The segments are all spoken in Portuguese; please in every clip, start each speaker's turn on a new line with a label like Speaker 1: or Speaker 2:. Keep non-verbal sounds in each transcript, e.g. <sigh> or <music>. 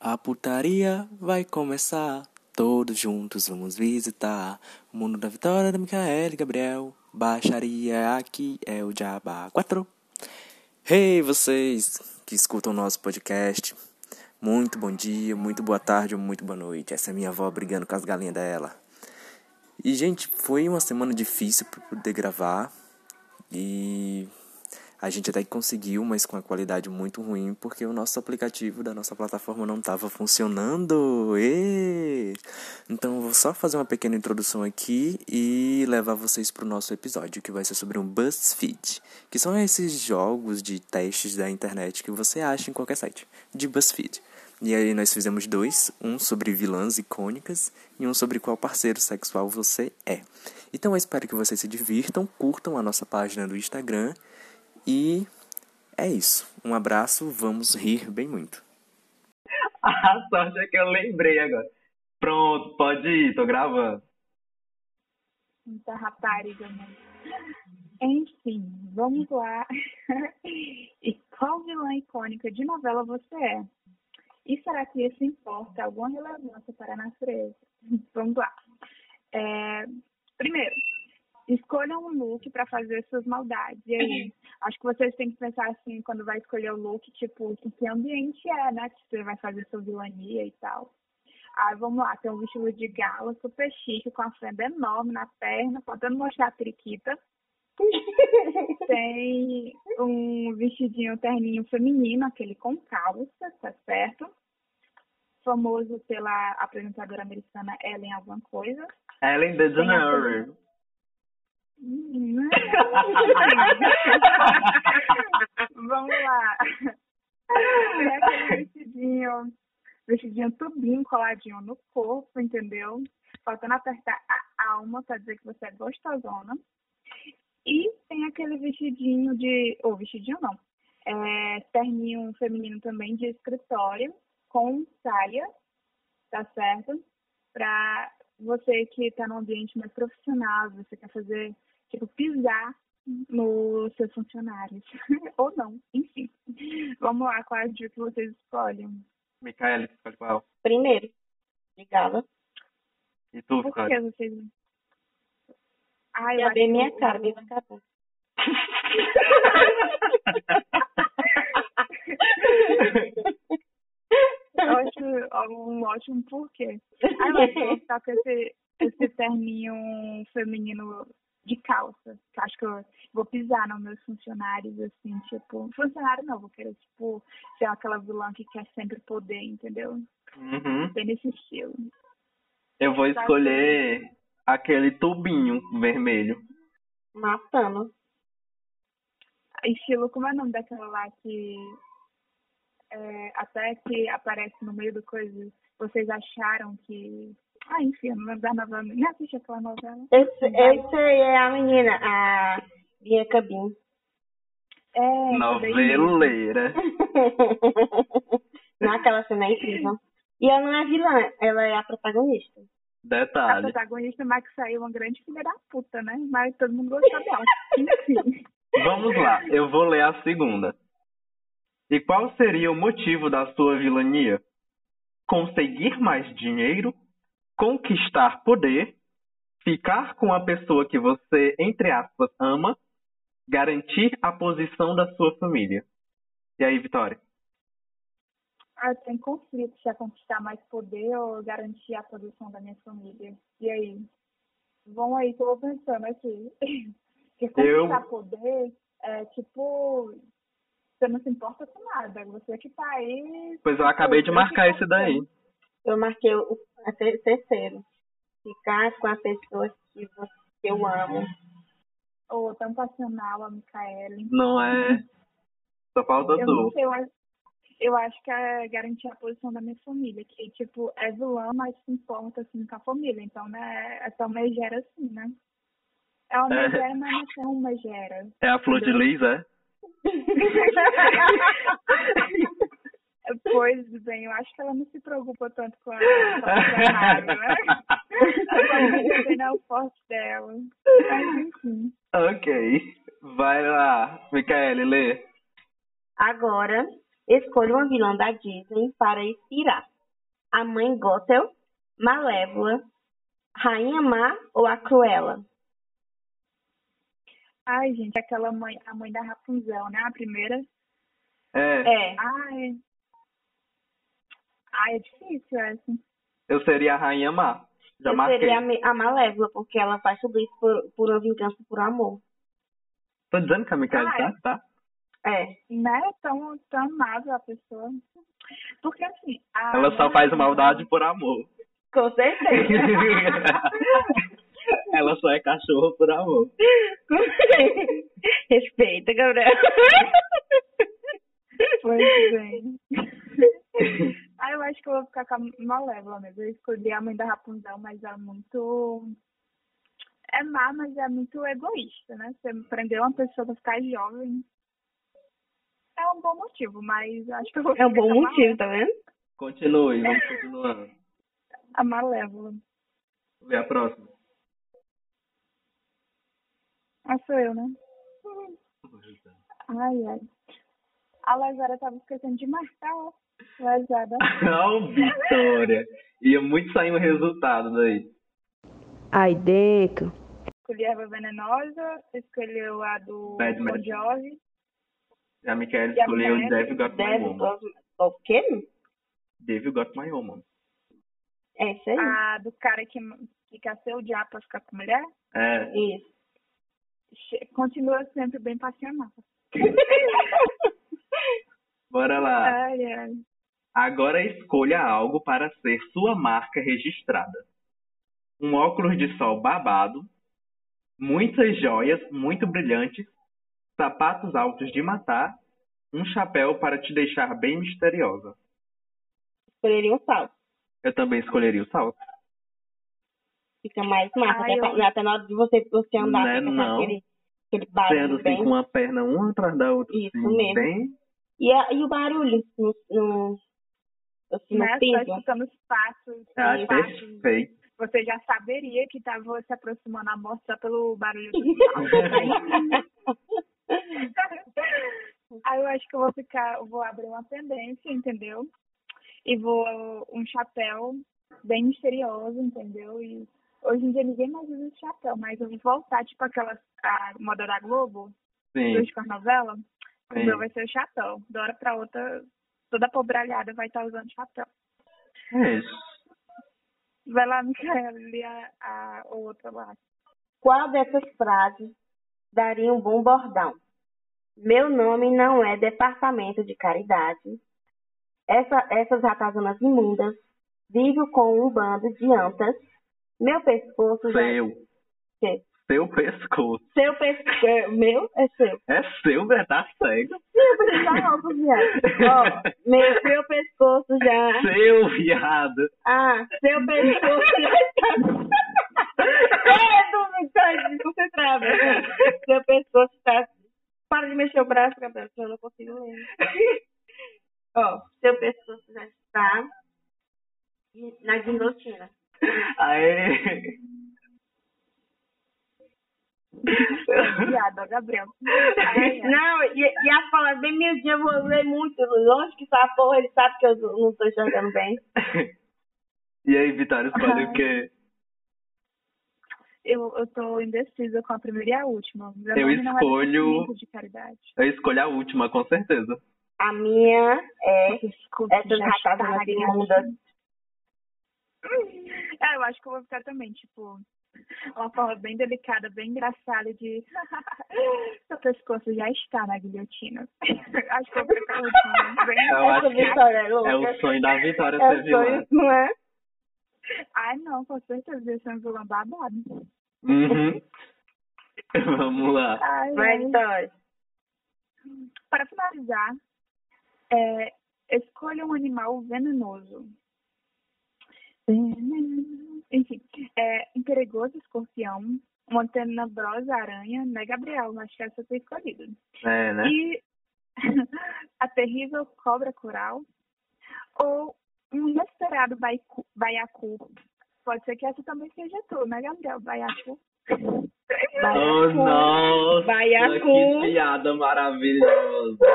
Speaker 1: A putaria vai começar. Todos juntos vamos visitar o mundo da Vitória, da Micaela e Gabriel. Baixaria aqui é o Diaba 4. Hey, vocês que escutam o nosso podcast. Muito bom dia, muito boa tarde ou muito boa noite. Essa é minha avó brigando com as galinhas dela. E, gente, foi uma semana difícil para poder gravar. E a gente até que conseguiu, mas com a qualidade muito ruim, porque o nosso aplicativo da nossa plataforma não estava funcionando. E... Então eu vou só fazer uma pequena introdução aqui e levar vocês para o nosso episódio, que vai ser sobre um BuzzFeed, que são esses jogos de testes da internet que você acha em qualquer site, de BuzzFeed. E aí nós fizemos dois, um sobre vilãs icônicas e um sobre qual parceiro sexual você é. Então eu espero que vocês se divirtam, curtam a nossa página do Instagram e é isso. Um abraço, vamos rir bem muito.
Speaker 2: <laughs> A sorte é que eu lembrei agora. Pronto, pode ir, tô gravando.
Speaker 3: Muita rapariga, né? Enfim, vamos lá. <laughs> e qual vilã icônica de novela você é? E será que isso importa alguma relevância para a natureza? <laughs> vamos lá. É, primeiro, escolham um look para fazer suas maldades. E aí, acho que vocês têm que pensar assim, quando vai escolher o look, tipo, em que ambiente é, né? Que você vai fazer sua vilania e tal. Aí vamos lá, tem um vestido de gala super chique, com a fenda enorme na perna, faltando mostrar a periquita. tem um vestidinho terninho feminino, aquele com calça, tá certo? Famoso pela apresentadora americana Ellen alguma coisa.
Speaker 2: Ellen DeGeneres.
Speaker 3: Menina. Vamos lá. É aquele vestidinho, vestidinho tubinho coladinho no corpo, entendeu? Faltando apertar a alma pra dizer que você é gostosona. E tem aquele vestidinho de. Ou vestidinho não. É, terninho feminino também de escritório, com saia, tá certo? Pra você que tá num ambiente mais profissional, você quer fazer, tipo, pisar nos seus funcionários. <laughs> Ou não, enfim. Vamos lá, qual é a dica que vocês escolhem?
Speaker 2: <laughs> Micaela, escolhe qual?
Speaker 4: Primeiro, de gala.
Speaker 2: E tu,
Speaker 3: Por <laughs>
Speaker 2: escolhe.
Speaker 3: que vocês. Ah,
Speaker 4: Eu
Speaker 3: acho
Speaker 4: abri
Speaker 3: que
Speaker 4: minha
Speaker 3: o-
Speaker 4: cara, bem vagabundo. <laughs>
Speaker 3: Eu acho um ótimo porquê. Ah, eu acho que eu vou ficar com esse, esse terninho feminino de calça. Que eu acho que eu vou pisar nos meus funcionários, assim, tipo. Funcionário não, vou querer, tipo, ser aquela vilã que quer sempre poder, entendeu?
Speaker 2: Uhum.
Speaker 3: Bem nesse estilo.
Speaker 2: Eu vou escolher aquele tubinho vermelho.
Speaker 4: Matando.
Speaker 3: Estilo, como é o nome daquela lá que. é, até que aparece no meio do coisa, vocês acharam que. Ah, enfim, eu não lembro da novela. Nem assisti aquela novela.
Speaker 4: Esse, essa aí é a menina, a Bianca <laughs> Bin.
Speaker 3: É, essa daí mesmo.
Speaker 2: Noveleira.
Speaker 4: Naquela cena é incrível. E ela não é vilã, ela é a protagonista.
Speaker 3: A
Speaker 2: Detalhe.
Speaker 3: protagonista Max saiu uma grande filha da puta, né? Mas todo mundo gostou dela. Enfim.
Speaker 2: Vamos lá, eu vou ler a segunda. E qual seria o motivo da sua vilania? Conseguir mais dinheiro? Conquistar poder? Ficar com a pessoa que você, entre aspas, ama? Garantir a posição da sua família? E aí, Vitória?
Speaker 3: Ah, tem conflito se é conquistar mais poder ou garantir a posição da minha família. E aí? Vão aí que eu vou pensando aqui. <laughs> Porque conquistar
Speaker 2: Eu-
Speaker 3: poder é tipo. Você não se importa com nada. Você que tá aí.
Speaker 2: Pois eu acabei de
Speaker 3: Eu
Speaker 2: marcar
Speaker 3: fico
Speaker 2: esse daí.
Speaker 4: Eu marquei o a te- terceiro. Ficar com a pessoa que, você, que eu <laughs> amo.
Speaker 3: Ou tão passional a Micaele.
Speaker 2: Não é. Só falta
Speaker 3: Eu não
Speaker 2: tu.
Speaker 3: sei, eu acho, eu acho que é garantir a posição da minha família, que, tipo, é vilã, mas se importa, assim, com a família. Então, né, é tão megera assim, né? É uma
Speaker 2: É.
Speaker 3: megera, mas não é tão megera.
Speaker 2: É a flor de lis, é?
Speaker 3: Pois bem, eu acho que ela não se preocupa tanto
Speaker 2: <laughs>
Speaker 3: com a com a funcionária, né? Ela não é o <laughs> forte dela. Mas, enfim.
Speaker 2: Ok. Vai lá, Micaele, lê.
Speaker 4: Agora, escolha uma vilã da Disney para inspirar. a mãe Gothel, Malévola, Rainha Má ou a Cruella?
Speaker 3: Ai, gente, aquela mãe, a mãe da Rapunzel, né? A primeira.
Speaker 2: É,
Speaker 4: É.
Speaker 3: Ai. Ai, é difícil essa.
Speaker 2: eu seria a rainha má. Já
Speaker 4: eu
Speaker 2: marquei.
Speaker 4: seria a, me- a Malévola, porque ela faz tudo isso por, por uma vingança, por um amor.
Speaker 2: Tô dizendo que a Micaela
Speaker 3: Ah,
Speaker 2: tá, tá?
Speaker 3: é.
Speaker 4: É.
Speaker 3: Né? Tão, tão amável a pessoa. Porque assim. a
Speaker 2: Ela só
Speaker 3: mãe-
Speaker 2: faz maldade por amor.
Speaker 4: Com certeza. <laughs>
Speaker 2: Ela só é cachorro por amor.
Speaker 4: Respeita, Gabriel.
Speaker 3: <laughs>
Speaker 4: é.
Speaker 3: Pois bem. ah, eu acho que eu vou ficar com a Malévola mesmo. Eu escolhi a mãe da Rapunzel, mas é muito. É má, mas é muito egoísta, né? Você prender uma pessoa pra ficar jovem. É um bom motivo, mas acho que eu vou
Speaker 4: É um
Speaker 3: ficar
Speaker 4: bom
Speaker 3: com a
Speaker 4: motivo, tá vendo?
Speaker 2: Continue, vamos continuando.
Speaker 3: Malé- A Malévola.
Speaker 2: Vamos ver a próxima.
Speaker 3: Ah, sou eu, né? Ai, ai. A Lazara tava esquecendo de marcar, ó. Lazara.
Speaker 2: Não, Vitória. Ia muito sair um resultado daí.
Speaker 5: Aí dentro.
Speaker 3: Escolhi a Erva Venenosa, escolheu a do
Speaker 2: Bad
Speaker 3: Bon
Speaker 2: Medicine.
Speaker 3: Jovi.
Speaker 2: A Micaela
Speaker 3: E a
Speaker 2: escolheu
Speaker 3: Micaela
Speaker 2: Dave Got My
Speaker 4: Deve.
Speaker 2: Woman.
Speaker 4: O quê?
Speaker 2: Dave Got My Woman.
Speaker 4: É isso aí.
Speaker 3: A do cara que, que quer ser o diabo pra ficar com mulher.
Speaker 2: É.
Speaker 4: Isso.
Speaker 3: Che- Continua sempre bem passional.
Speaker 2: <laughs> Bora lá.
Speaker 4: Ah.
Speaker 3: Ai, ai.
Speaker 2: Agora escolha algo para ser sua marca registrada. Um óculos de sol babado, muitas joias muito brilhantes, sapatos altos de matar, um chapéu para te deixar bem misteriosa.
Speaker 4: Escolheria um salto.
Speaker 2: Eu também escolheria o salto.
Speaker 4: Fica mais massa.
Speaker 3: Ai,
Speaker 4: até,
Speaker 3: eu-
Speaker 4: pra- até na hora de você, você andar,
Speaker 2: Né,
Speaker 4: fica com
Speaker 2: não.
Speaker 4: aquele, aquele
Speaker 2: Sendo
Speaker 4: barulho
Speaker 2: assim
Speaker 4: Ah, bem.
Speaker 2: com uma perna uma atrás da outra.
Speaker 4: Isso
Speaker 2: assim,
Speaker 4: mesmo.
Speaker 2: Bem...
Speaker 4: E, a- e o barulho no, no, assim, no
Speaker 3: Né? Só
Speaker 4: pinto?
Speaker 2: <laughs>
Speaker 3: escutando os passos.
Speaker 2: Ah,
Speaker 4: é
Speaker 3: os passos.
Speaker 2: perfeito.
Speaker 3: Você já saberia que tava se aproximando a morte só pelo barulho do
Speaker 4: <laughs>
Speaker 3: <laughs> Aí eu acho que eu vou ficar, eu vou abrir uma tendência, entendeu? E vou um chapéu bem misterioso, entendeu? E hoje em dia ninguém mais usa esse chapéu, mas eu vou voltar, tipo aquela a moda da Globo,
Speaker 2: Sim.
Speaker 3: dos carnovela, o
Speaker 2: Sim.
Speaker 3: meu vai ser o chapéu. Da hora pra outra, toda pobralhada vai estar usando chapéu.
Speaker 2: É.
Speaker 3: Vai lá, Micaela, e a, a outra lá.
Speaker 4: Qual dessas frases daria um bom bordão? Meu nome não é departamento de caridade. Essa- essas ratazanas imundas vivo com um bando de antas. Meu pescoço já...
Speaker 2: Seu.
Speaker 4: Quê?
Speaker 2: Seu pescoço.
Speaker 4: Seu pescoço... é Meu? É seu.
Speaker 2: É seu, velho. Tá cego.
Speaker 4: Seu pescoço, viado. Ó, meu, seu pescoço já...
Speaker 2: Seu, viado.
Speaker 4: Ah, seu pescoço já está. É, Dudu, tá desconcentrada. Seu pescoço está. Para de mexer o braço, Gabriel, que eu não consigo ler. Ó, seu pescoço já está na guilhotina.
Speaker 2: <laughs> Aê. <laughs>
Speaker 3: Viado, ó, é Gabriel. Ai, ai.
Speaker 4: Não, e, e as palavras bem miudinhas eu vou ler muito longe, que essa porra ele sabe que eu não estou jogando bem.
Speaker 2: <laughs> E aí, Vitória, escolhe o quê?
Speaker 3: Eu, eu tô indecisa com a primeira e a última. Meu
Speaker 2: Eu
Speaker 3: nome não é
Speaker 2: escolho-
Speaker 3: departamento de caridade.
Speaker 2: Eu escolho a última, com certeza.
Speaker 4: A minha é.
Speaker 3: Escuta,
Speaker 4: Essas
Speaker 3: já está
Speaker 4: ratazanas
Speaker 3: grande.
Speaker 4: imundas.
Speaker 3: É, eu acho que eu vou ficar também, tipo, uma forma bem delicada, bem engraçada de. Seu pescoço já está na guilhotina. acho que eu vou ficar última. Bem...
Speaker 2: Eu acho
Speaker 4: Essa
Speaker 2: que
Speaker 4: vitória é
Speaker 2: é
Speaker 4: louca.
Speaker 2: o sonho da Vitória né?
Speaker 4: É
Speaker 2: ser
Speaker 4: o sonho,
Speaker 2: vilã.
Speaker 4: não é?
Speaker 3: Ai, não, com certeza, ia ser um vilão babado.
Speaker 2: Uhum. <laughs> Vamos lá.
Speaker 3: Ai,
Speaker 4: Vai,
Speaker 3: ai.
Speaker 4: Vitória.
Speaker 3: Para finalizar, é, escolha um animal venenoso. Veneno. Enfim, é, um perigoso escorpião, uma tenebrosa aranha, né, Gabriel? Acho que essa foi escolhida.
Speaker 2: É, né?
Speaker 3: E <laughs> a terrível cobra coral ou um inesperado baicu- baiacu. Pode ser que essa também seja tu, né, Gabriel? Baiacu.
Speaker 2: Oh, nossa!
Speaker 4: Baiacu.
Speaker 2: Que piada maravilhosa!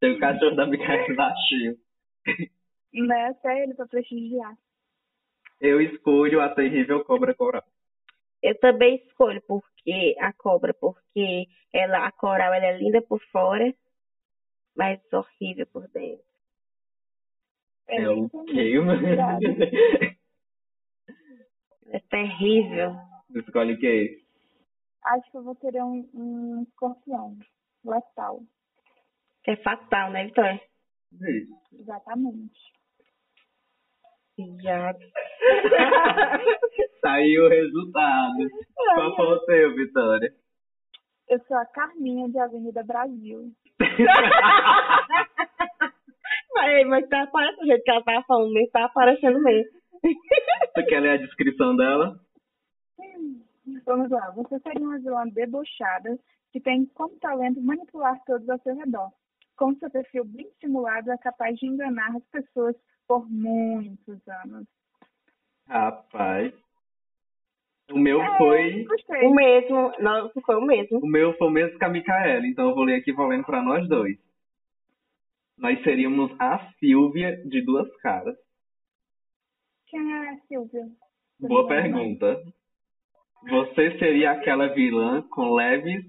Speaker 2: Tem o cachorro da Micaela Baixinho.
Speaker 3: Nessa é ele pra prestigiar.
Speaker 2: Eu escolho a terrível cobra coral.
Speaker 4: Eu também escolho porque a cobra, porque ela, a coral ela é linda por fora, mas é horrível por dentro.
Speaker 3: É,
Speaker 2: É o
Speaker 3: isso mesmo.
Speaker 2: quê, mano?
Speaker 4: É terrível.
Speaker 2: <laughs> Escolhe o quê?
Speaker 3: Acho que eu vou querer um, um escorpião. Letal.
Speaker 4: É fatal, né, Vitória?
Speaker 3: Exatamente.
Speaker 2: <laughs>
Speaker 4: Viado. <laughs>
Speaker 2: Saiu o resultado. Qual foi o seu, Vitória?
Speaker 3: Eu sou a Carminha de Avenida Brasil.
Speaker 4: Mas, mas tá aparecendo, o jeito que ela tava falando mesmo, tá aparecendo mesmo.
Speaker 2: Tu quer ler a descrição dela?
Speaker 3: Hum, Vamos lá. Você seria uma vilã debochada que tem como talento manipular todos ao seu redor. Com seu perfil bem simulado, é capaz de enganar as pessoas por muitos anos.
Speaker 2: Rapaz. O meu
Speaker 3: É,
Speaker 2: foi.
Speaker 3: Gostei.
Speaker 4: O mesmo, nossa, foi o mesmo.
Speaker 2: O meu foi o mesmo que a Micaela, então eu vou ler aqui valendo pra nós dois. Nós seríamos a Silvia de duas caras.
Speaker 3: Quem é a Silvia?
Speaker 2: Boa pergunta. Você seria aquela vilã com leves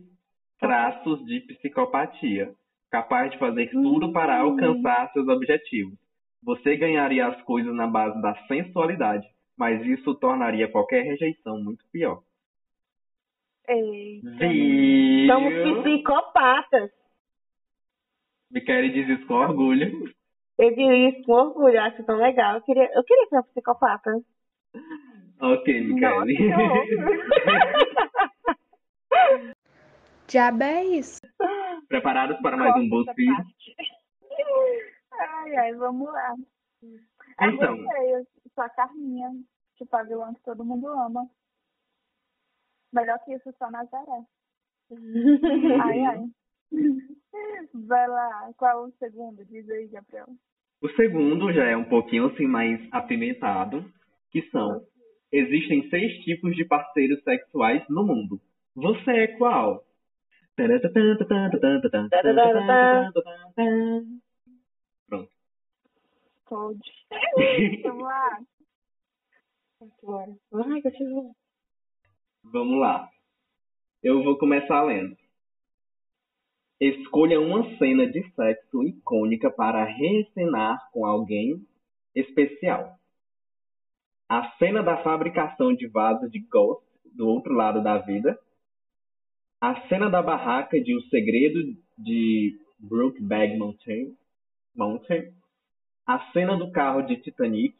Speaker 2: traços de psicopatia, capaz de fazer tudo para
Speaker 3: Hum.
Speaker 2: alcançar seus objetivos. Você ganharia as coisas na base da sensualidade, mas isso tornaria qualquer rejeição muito pior.
Speaker 3: Ei,
Speaker 2: Viu?
Speaker 4: Somos psicopatas.
Speaker 2: Me querem dizer isso com orgulho.
Speaker 4: Eu digo isso com orgulho, eu acho tão legal. Eu queria, eu queria ser uma psicopata.
Speaker 2: Ok,
Speaker 3: nossa,
Speaker 2: Michele.
Speaker 3: que horror.
Speaker 5: Diabo é isso?
Speaker 2: <laughs> Preparados para mais um
Speaker 3: Corta essa
Speaker 2: BuzzFeed?
Speaker 3: parte. Ai, ai, vamos lá. Ah,
Speaker 2: Então,
Speaker 3: gostei, eu sou a Carminha, tipo a vilã que todo mundo ama. Melhor que isso, só Nazaré. Ai, ai. Vai lá, qual o segundo? Diz aí, Gabriel.
Speaker 2: o segundo já é um pouquinho assim mais apimentado, que são existem seis tipos de parceiros sexuais no mundo. Você é qual?
Speaker 3: Told. Vamos lá.
Speaker 4: Ai, continua.
Speaker 2: Vamos lá. Eu vou começar lendo. Escolha uma cena de sexo icônica para reencenar com alguém especial. A cena da fabricação de vaso de Ghost do outro lado da vida. A cena da barraca de O Segredo de Brookbag Mountain. Mountain. A cena do carro de Titanic.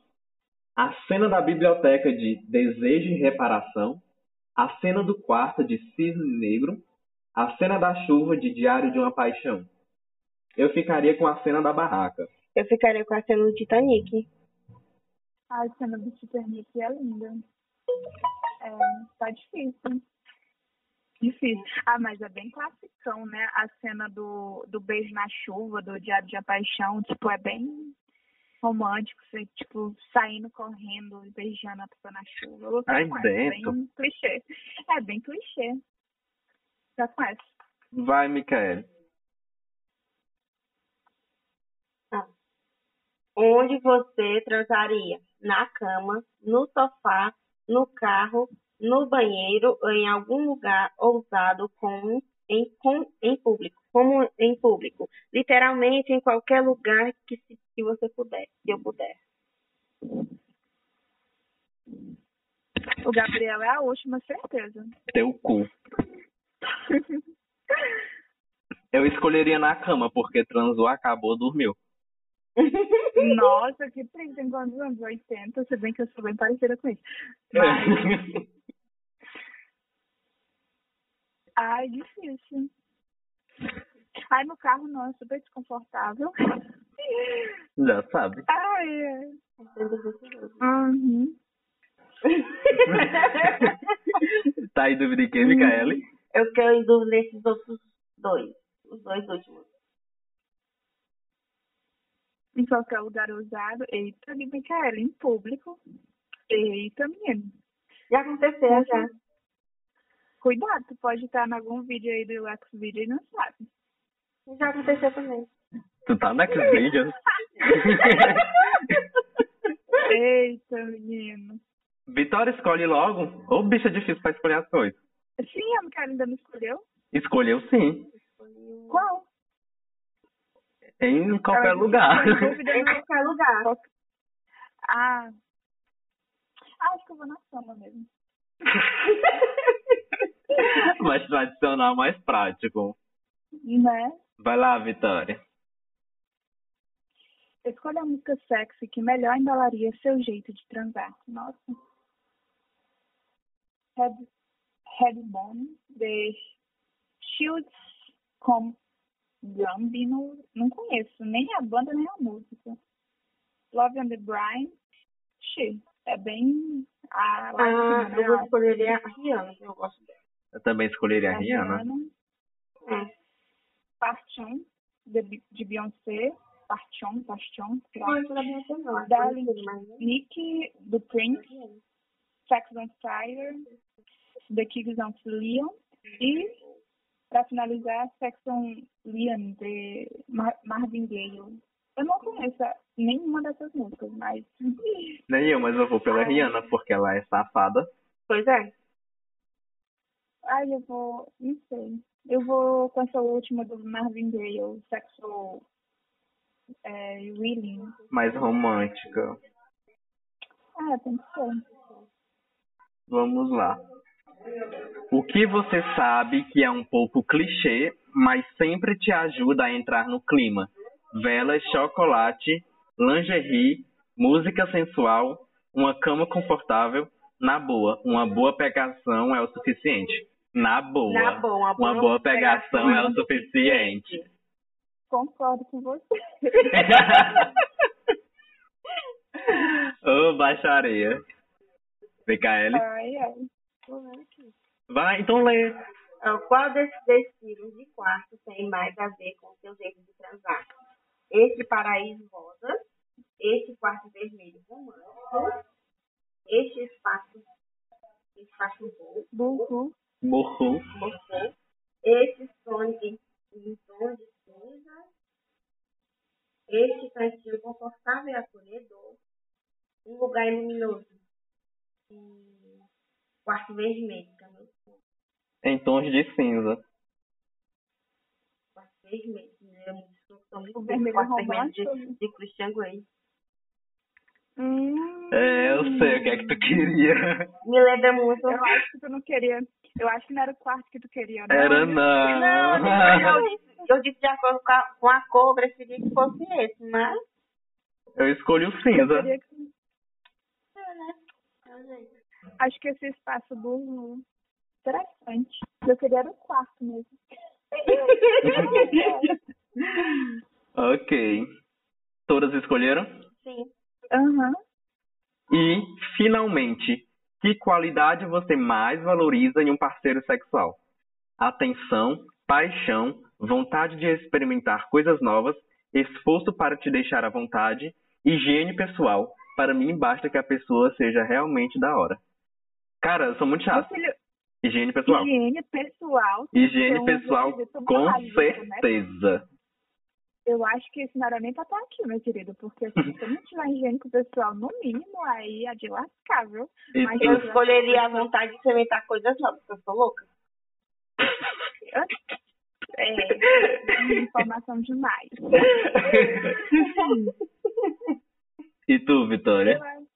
Speaker 2: A cena da biblioteca de Desejo e Reparação. A cena do quarto de Cisne Negro. A cena da chuva de Diário de uma Paixão. Eu ficaria com a cena da barraca.
Speaker 4: Eu ficaria com a cena do Titanic.
Speaker 3: A cena do Titanic é linda. É, tá difícil. Difícil. Ah, mas é bem classicão, né? A cena do, do beijo na chuva, do Diário de a Paixão, tipo, é bem romântico, você, tipo, saindo correndo e beijando a pessoa na chuva. Eu gostei
Speaker 2: Ai,
Speaker 3: demais, é
Speaker 2: dentro.
Speaker 3: bem clichê. É bem clichê. Já conhece.
Speaker 2: Vai, Micael.
Speaker 4: Onde você transaria? Na cama, no sofá, no carro, no banheiro, ou em algum lugar ousado com, em, com, em público. Como em público. Literalmente em qualquer lugar que, se, que você puder, que eu puder.
Speaker 3: O Gabriel é a última, <laughs> certeza.
Speaker 2: Teu cu. Eu escolheria na cama, porque transou, acabou, dormiu.
Speaker 3: Nossa, que triste, tem quantos anos? 80, se bem que eu sou bem parecida com ele. Mas, ai, difícil. Ai, no carro não, é super desconfortável.
Speaker 2: <laughs> Já sabe.
Speaker 3: Ai, é. Uhum.
Speaker 2: Tá em dúvida em quem, Micael?
Speaker 4: Eu quero em dúvida nesses outros dois. Os dois últimos.
Speaker 3: Em qualquer lugar usado. Eita, de Micaela, em público. Eita, menino.
Speaker 4: Já aconteceu, já.
Speaker 3: Cuidado, tu pode estar em algum vídeo aí do Lex Video e não sabe.
Speaker 4: Já aconteceu também.
Speaker 2: <laughs> Tu tá na Xvideos?
Speaker 3: Eita, menino.
Speaker 2: Vitória, escolhe logo. Ô, bicho, é difícil pra escolher as coisas.
Speaker 3: Sim, a Micaela ainda não escolheu?
Speaker 2: Escolheu sim,
Speaker 3: Qual?
Speaker 2: em qualquer
Speaker 3: Ela disse
Speaker 2: lugar.
Speaker 3: que foi dúvida
Speaker 4: Em
Speaker 3: no-
Speaker 4: qualquer lugar.
Speaker 3: Ah. Ah, acho que eu vou na samba mesmo.
Speaker 2: <laughs> mais tradicional, mais prático.
Speaker 3: Né?
Speaker 2: Vai lá, Vitória.
Speaker 3: Escolha a música sexy que melhor embalaria seu jeito de transar. Nossa. Red, Redbone, The Shields com Gambi, não, não conheço nem a banda nem a música. Love and the Brine, Xi, é bem a
Speaker 4: Ah,
Speaker 3: latina,
Speaker 4: eu vou
Speaker 3: né?
Speaker 4: escolher é a Rihanna, que eu gosto dela.
Speaker 2: Eu também escolheria a
Speaker 3: A
Speaker 2: Rihanna.
Speaker 4: É.
Speaker 3: Part 1, de, Bi- de Beyoncé, Part 1, Part 1, sei lá.
Speaker 4: Não, isso não é bem assim, não. Acho que
Speaker 3: Darling.
Speaker 4: eu não sei mais, né?
Speaker 3: Nick, do Prince, Sex on Fire, The Kings of Leon e, pra finalizar, Sex on Leon, de Mar- Marvin Gaye. Eu não conheço nenhuma dessas músicas, mas
Speaker 2: Nem eu, mas eu vou pela
Speaker 4: Ah.
Speaker 2: Rihanna, porque ela é safada.
Speaker 4: Pois é.
Speaker 3: ai, eu vou, não sei. Eu vou com essa última do Marvin Gaye, Sexual é, Healing.
Speaker 2: Mais romântica.
Speaker 3: Ah, tem que ser.
Speaker 2: Vamos lá. O que você sabe que é um pouco clichê, mas sempre te ajuda a entrar no clima? Velas, chocolate, lingerie, música sensual, uma cama confortável. Na boa, uma boa pegação é o suficiente. Na boa.
Speaker 4: Na boa, uma Tá boa
Speaker 2: uma boa pegação é o suficiente.
Speaker 3: Concordo com você.
Speaker 2: <laughs>
Speaker 3: <laughs>
Speaker 2: Ô, baixaria. PKL.
Speaker 3: Ai, ai.
Speaker 2: Vai, então lê.
Speaker 4: Ah, Qual desses destinos de quarto tem mais a ver com o seu jeito de transar? Este paraíso rosa, este quarto vermelho romântico, este espaço, espaço bom,
Speaker 3: Burro.
Speaker 2: Morrou.
Speaker 4: você, este sonho em em tom de cinza, este cantinho confortável e acolhedor, um lugar luminoso, e quarto vermelho é também,
Speaker 2: Em tons de cinza.
Speaker 4: quarto vermelho, né? Eu me sou muito
Speaker 3: O
Speaker 4: bem com
Speaker 3: vermelho
Speaker 4: quarto vermelho de,
Speaker 3: romântico.
Speaker 4: de Christian Grey.
Speaker 3: Hum.
Speaker 2: É, eu sei o que é que tu queria.
Speaker 4: Me lembra muito.
Speaker 3: Eu acho que tu não queria. Eu acho que não era o quarto que tu queria, né?
Speaker 2: Era não.
Speaker 4: Não, não, não, um eu disse de acordo com a, com a cor, eu preferia que fosse esse, mas.
Speaker 2: <laughs> Eu escolhi o
Speaker 3: Eu
Speaker 2: cinza.
Speaker 3: queria que-
Speaker 4: É, né? É o jeito.
Speaker 3: Acho que esse espaço burro. Interessante. Eu queria era o quarto mesmo.
Speaker 2: Ok. Todas escolheram?
Speaker 4: <laughs> Sim.
Speaker 3: Aham.
Speaker 2: E, finalmente, que qualidade você mais valoriza em um parceiro sexual? Atenção, paixão, vontade de experimentar coisas novas, esforço para te deixar à vontade, higiene pessoal. Para mim, basta que a pessoa seja realmente da hora. Cara, eu sou muito chato.
Speaker 3: Auxílio-
Speaker 2: Higiene pessoal.
Speaker 3: Higiene pessoal.
Speaker 2: Higiene
Speaker 3: Então,
Speaker 2: pessoal,
Speaker 3: eu tô
Speaker 2: com
Speaker 3: básico, né?
Speaker 2: certeza.
Speaker 3: Eu acho que esse não era nem pra estar aqui, meu querido. Porque se você não tiver higiene com o pessoal, no mínimo, aí é de lascar, viu?
Speaker 2: E
Speaker 3: Mas
Speaker 2: tu-
Speaker 4: Eu escolheria a vontade de experimentar coisas novas, porque eu sou louca.
Speaker 2: <laughs>
Speaker 3: É. Informação demais.
Speaker 2: <laughs> E tu, Vitória? <laughs>
Speaker 3: Eu acho-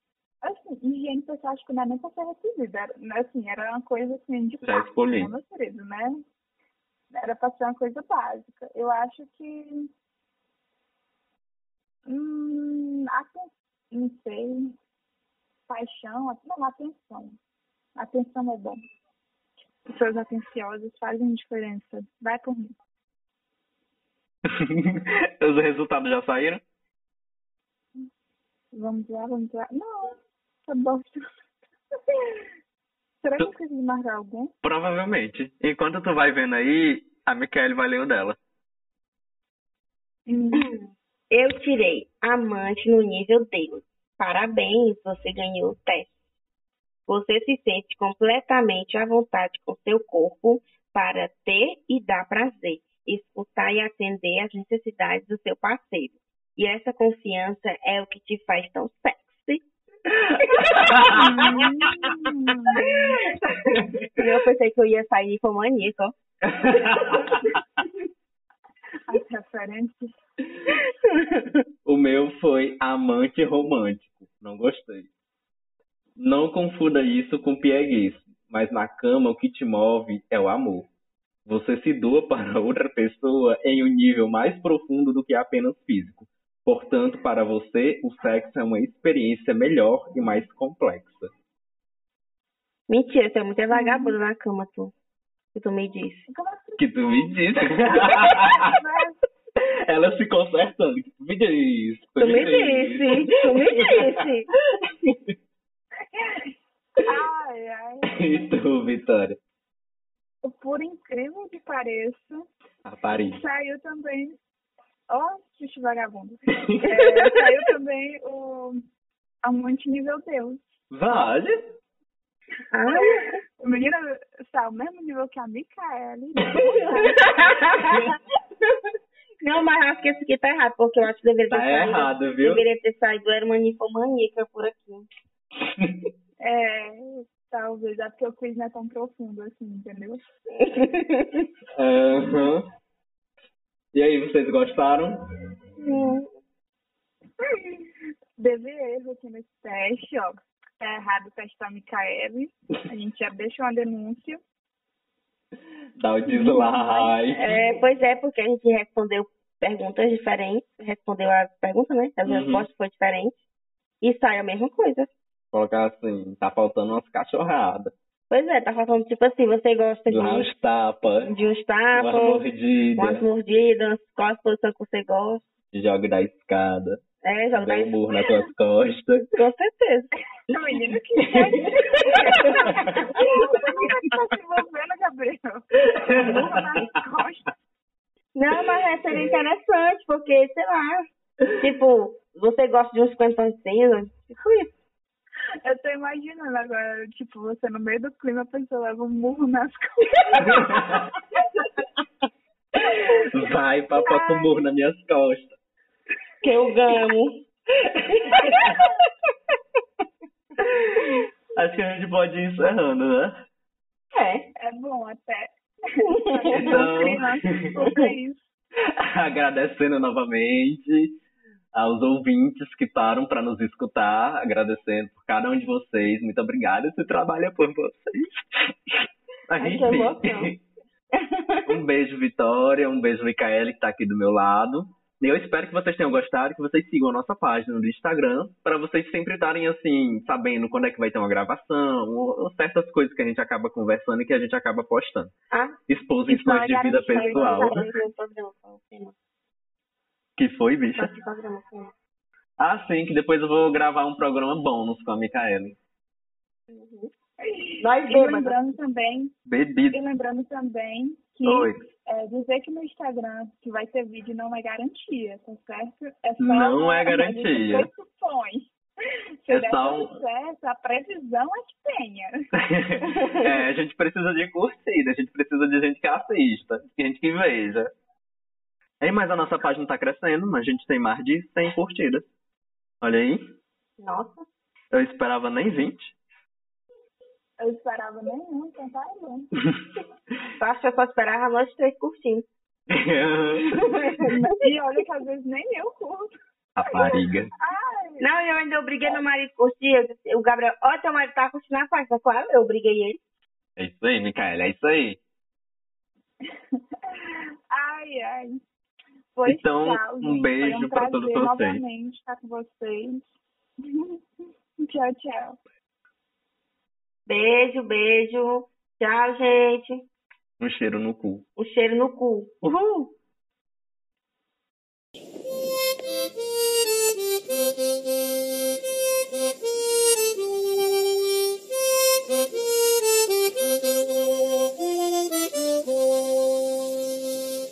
Speaker 3: Assim, higiene pessoal acho que não é nem pra ser recebida. Era- Assim, era uma coisa assim de
Speaker 2: Já escolhi.
Speaker 3: né, meu querido, né? Era pra ser uma coisa básica. Eu acho que. Hum, aten- não sei. Paixão, at- não, atenção. Atenção é bom. Pessoas atenciosas fazem diferença. Vai por mim.
Speaker 2: Os resultados já saíram?
Speaker 3: Vamos lá, vamos lá. Não, tá bom. <laughs> Será que eu preciso marcar algum?
Speaker 2: Provavelmente. Enquanto tu vai vendo aí, a Michele vai ler o dela. <laughs>
Speaker 3: Hum.
Speaker 4: <laughs> Eu tirei amante no nível Deus. Parabéns, você ganhou o teste. Você se sente completamente à vontade com seu corpo para ter e dar prazer, escutar e atender às necessidades do seu parceiro. E essa confiança é o que te faz tão sexy. E eu pensei que eu ia sair com mania só.
Speaker 3: As referências.
Speaker 2: O meu foi amante romântico. Não gostei. Não confunda isso com pieguice, mas na cama o que te move é o amor. Você se doa <laughs> para outra pessoa em um nível mais profundo do que apenas físico. Portanto, para você, o sexo é uma experiência melhor e mais complexa.
Speaker 4: Mentira, tu é muito vagabundo na cama, tu. Que tu me disse.
Speaker 3: Como assim?
Speaker 2: Que tu me disse.
Speaker 3: né?
Speaker 2: <laughs> Ela se consertando. Que tu me disse.
Speaker 4: Tu me disse. Tu
Speaker 2: <laughs>
Speaker 4: me disse.
Speaker 3: Ai, ai.
Speaker 2: E tu, Vitória?
Speaker 3: Por incrível que pareça,
Speaker 2: A Paris.
Speaker 3: saiu também. Ó, xixi vagabundo. É, saiu também o Amante Nível Deus.
Speaker 2: Vale. Tá
Speaker 4: Ah,
Speaker 3: Menina, está ao mesmo nível que a Micaele. né?
Speaker 4: Não, mas acho que esse aqui tá errado, porque eu acho que deveria ter
Speaker 2: Tá
Speaker 4: saído.
Speaker 2: errado, viu?
Speaker 4: Deveria ter saído, era uma ninfomaníaca por aqui.
Speaker 3: É, talvez, é porque eu fiz não é tão profundo assim, entendeu?
Speaker 2: Aham. E aí, vocês gostaram?
Speaker 3: <laughs> Teve erro aqui nesse teste, ó. Tá errado o teste da Micaele. A gente já deixa uma denúncia.
Speaker 2: Dá o dislike.
Speaker 4: É, pois é, porque a gente respondeu perguntas diferentes, respondeu a pergunta, né? As
Speaker 2: Uhum.
Speaker 4: respostas foram diferentes. E sai a mesma coisa.
Speaker 2: Colocar assim, tá faltando umas cachorradas.
Speaker 4: Pois é, tá faltando tipo assim, você gosta de, um,
Speaker 2: Lá uns tapas,
Speaker 4: de uns
Speaker 2: umas
Speaker 4: tapas, umas
Speaker 2: mordidas,
Speaker 4: mordidas, qual a posição que você gosta.
Speaker 2: joga da escada,
Speaker 4: É, joga
Speaker 2: dá um
Speaker 4: daí.
Speaker 2: burro nas tuas
Speaker 4: <laughs>
Speaker 2: costas.
Speaker 4: Com certeza.
Speaker 3: Menino, que
Speaker 4: É.
Speaker 3: Você nunca está tá se envolvendo, Gabriel. Burra nas costas.
Speaker 4: Não, mas seria interessante, porque, sei lá, tipo, você gosta de uns cantões de cinza? Tipo isso.
Speaker 3: Eu tô imaginando agora, tipo, você no meio do clima, a pessoa leva um murro nas costas.
Speaker 2: Vai, papai, com o burro nas minhas
Speaker 4: <laughs>
Speaker 2: costas.
Speaker 4: Que eu gamo.
Speaker 2: <laughs> Acho que a gente pode ir encerrando, né? <laughs>
Speaker 4: <laughs> É.
Speaker 3: É bom até.
Speaker 2: Então-
Speaker 3: No clima, tudo isso.
Speaker 2: Agradecendo novamente aos ouvintes que param para nos escutar, agradecendo por cada um de vocês. Muito obrigado, esse trabalho é por vocês. <laughs> Mas,
Speaker 4: Ai, que
Speaker 2: enfim.
Speaker 4: emoção.
Speaker 2: <laughs> Um beijo, Vitória. Um beijo, Micaele, que tá aqui do meu lado. E eu espero que vocês tenham gostado, que vocês sigam a nossa página do Instagram, para vocês sempre estarem, assim, sabendo quando é que vai ter uma gravação, ou, ou certas coisas que a gente acaba conversando e que a gente acaba postando.
Speaker 4: Ah, tá
Speaker 2: Exposições de vida
Speaker 3: História
Speaker 2: pessoal.
Speaker 4: um
Speaker 2: Que foi, bicha?
Speaker 4: um
Speaker 2: Ah, sim, que depois eu vou gravar um programa bônus com a Micaele.
Speaker 4: Nós
Speaker 3: E
Speaker 4: bêbados.
Speaker 3: lembrando também,
Speaker 2: Bebido.
Speaker 3: e lembrando também que
Speaker 2: Oi. <laughs>
Speaker 3: é, dizer que no Instagram que vai ter vídeo não é garantia, tá certo? É só
Speaker 2: Não é
Speaker 3: a gente
Speaker 2: garantia.
Speaker 3: pressupõe. Se
Speaker 2: É
Speaker 3: der
Speaker 2: só
Speaker 3: tudo
Speaker 2: um-
Speaker 3: certo, a previsão é que tenha.
Speaker 2: é, a gente precisa de curtida, a gente precisa de gente que assista, de gente que veja. Ei, mas a nossa página tá crescendo, mas a gente tem mais de 100 curtidas. Olha aí,
Speaker 4: Nossa.
Speaker 2: eu esperava nem 20.
Speaker 3: Eu esperava nenhum, então tá bom. <laughs>
Speaker 4: Eu acho que eu só esperava nós três curtindo.
Speaker 3: E olha que às vezes nem eu curto.
Speaker 2: <laughs> Rapariga.
Speaker 3: Ai,
Speaker 4: Não, eu ainda obriguei meu marido a curtir. Eu disse, O Gabriel, ó, teu marido tá curtindo a página. Claro, eu obriguei ele.
Speaker 2: É isso aí, Micaela, é isso aí.
Speaker 3: ai, ai. Pois
Speaker 2: Então,
Speaker 3: tchau,
Speaker 2: um
Speaker 3: gente. Foi
Speaker 2: beijo
Speaker 3: um
Speaker 2: pra
Speaker 3: prazer
Speaker 2: todos vocês.
Speaker 3: novamente estar com vocês. <laughs> tchau, tchau.
Speaker 4: Beijo, beijo. Tchau, gente.
Speaker 2: Um cheiro no cu.
Speaker 4: Um cheiro no cu. Uhul.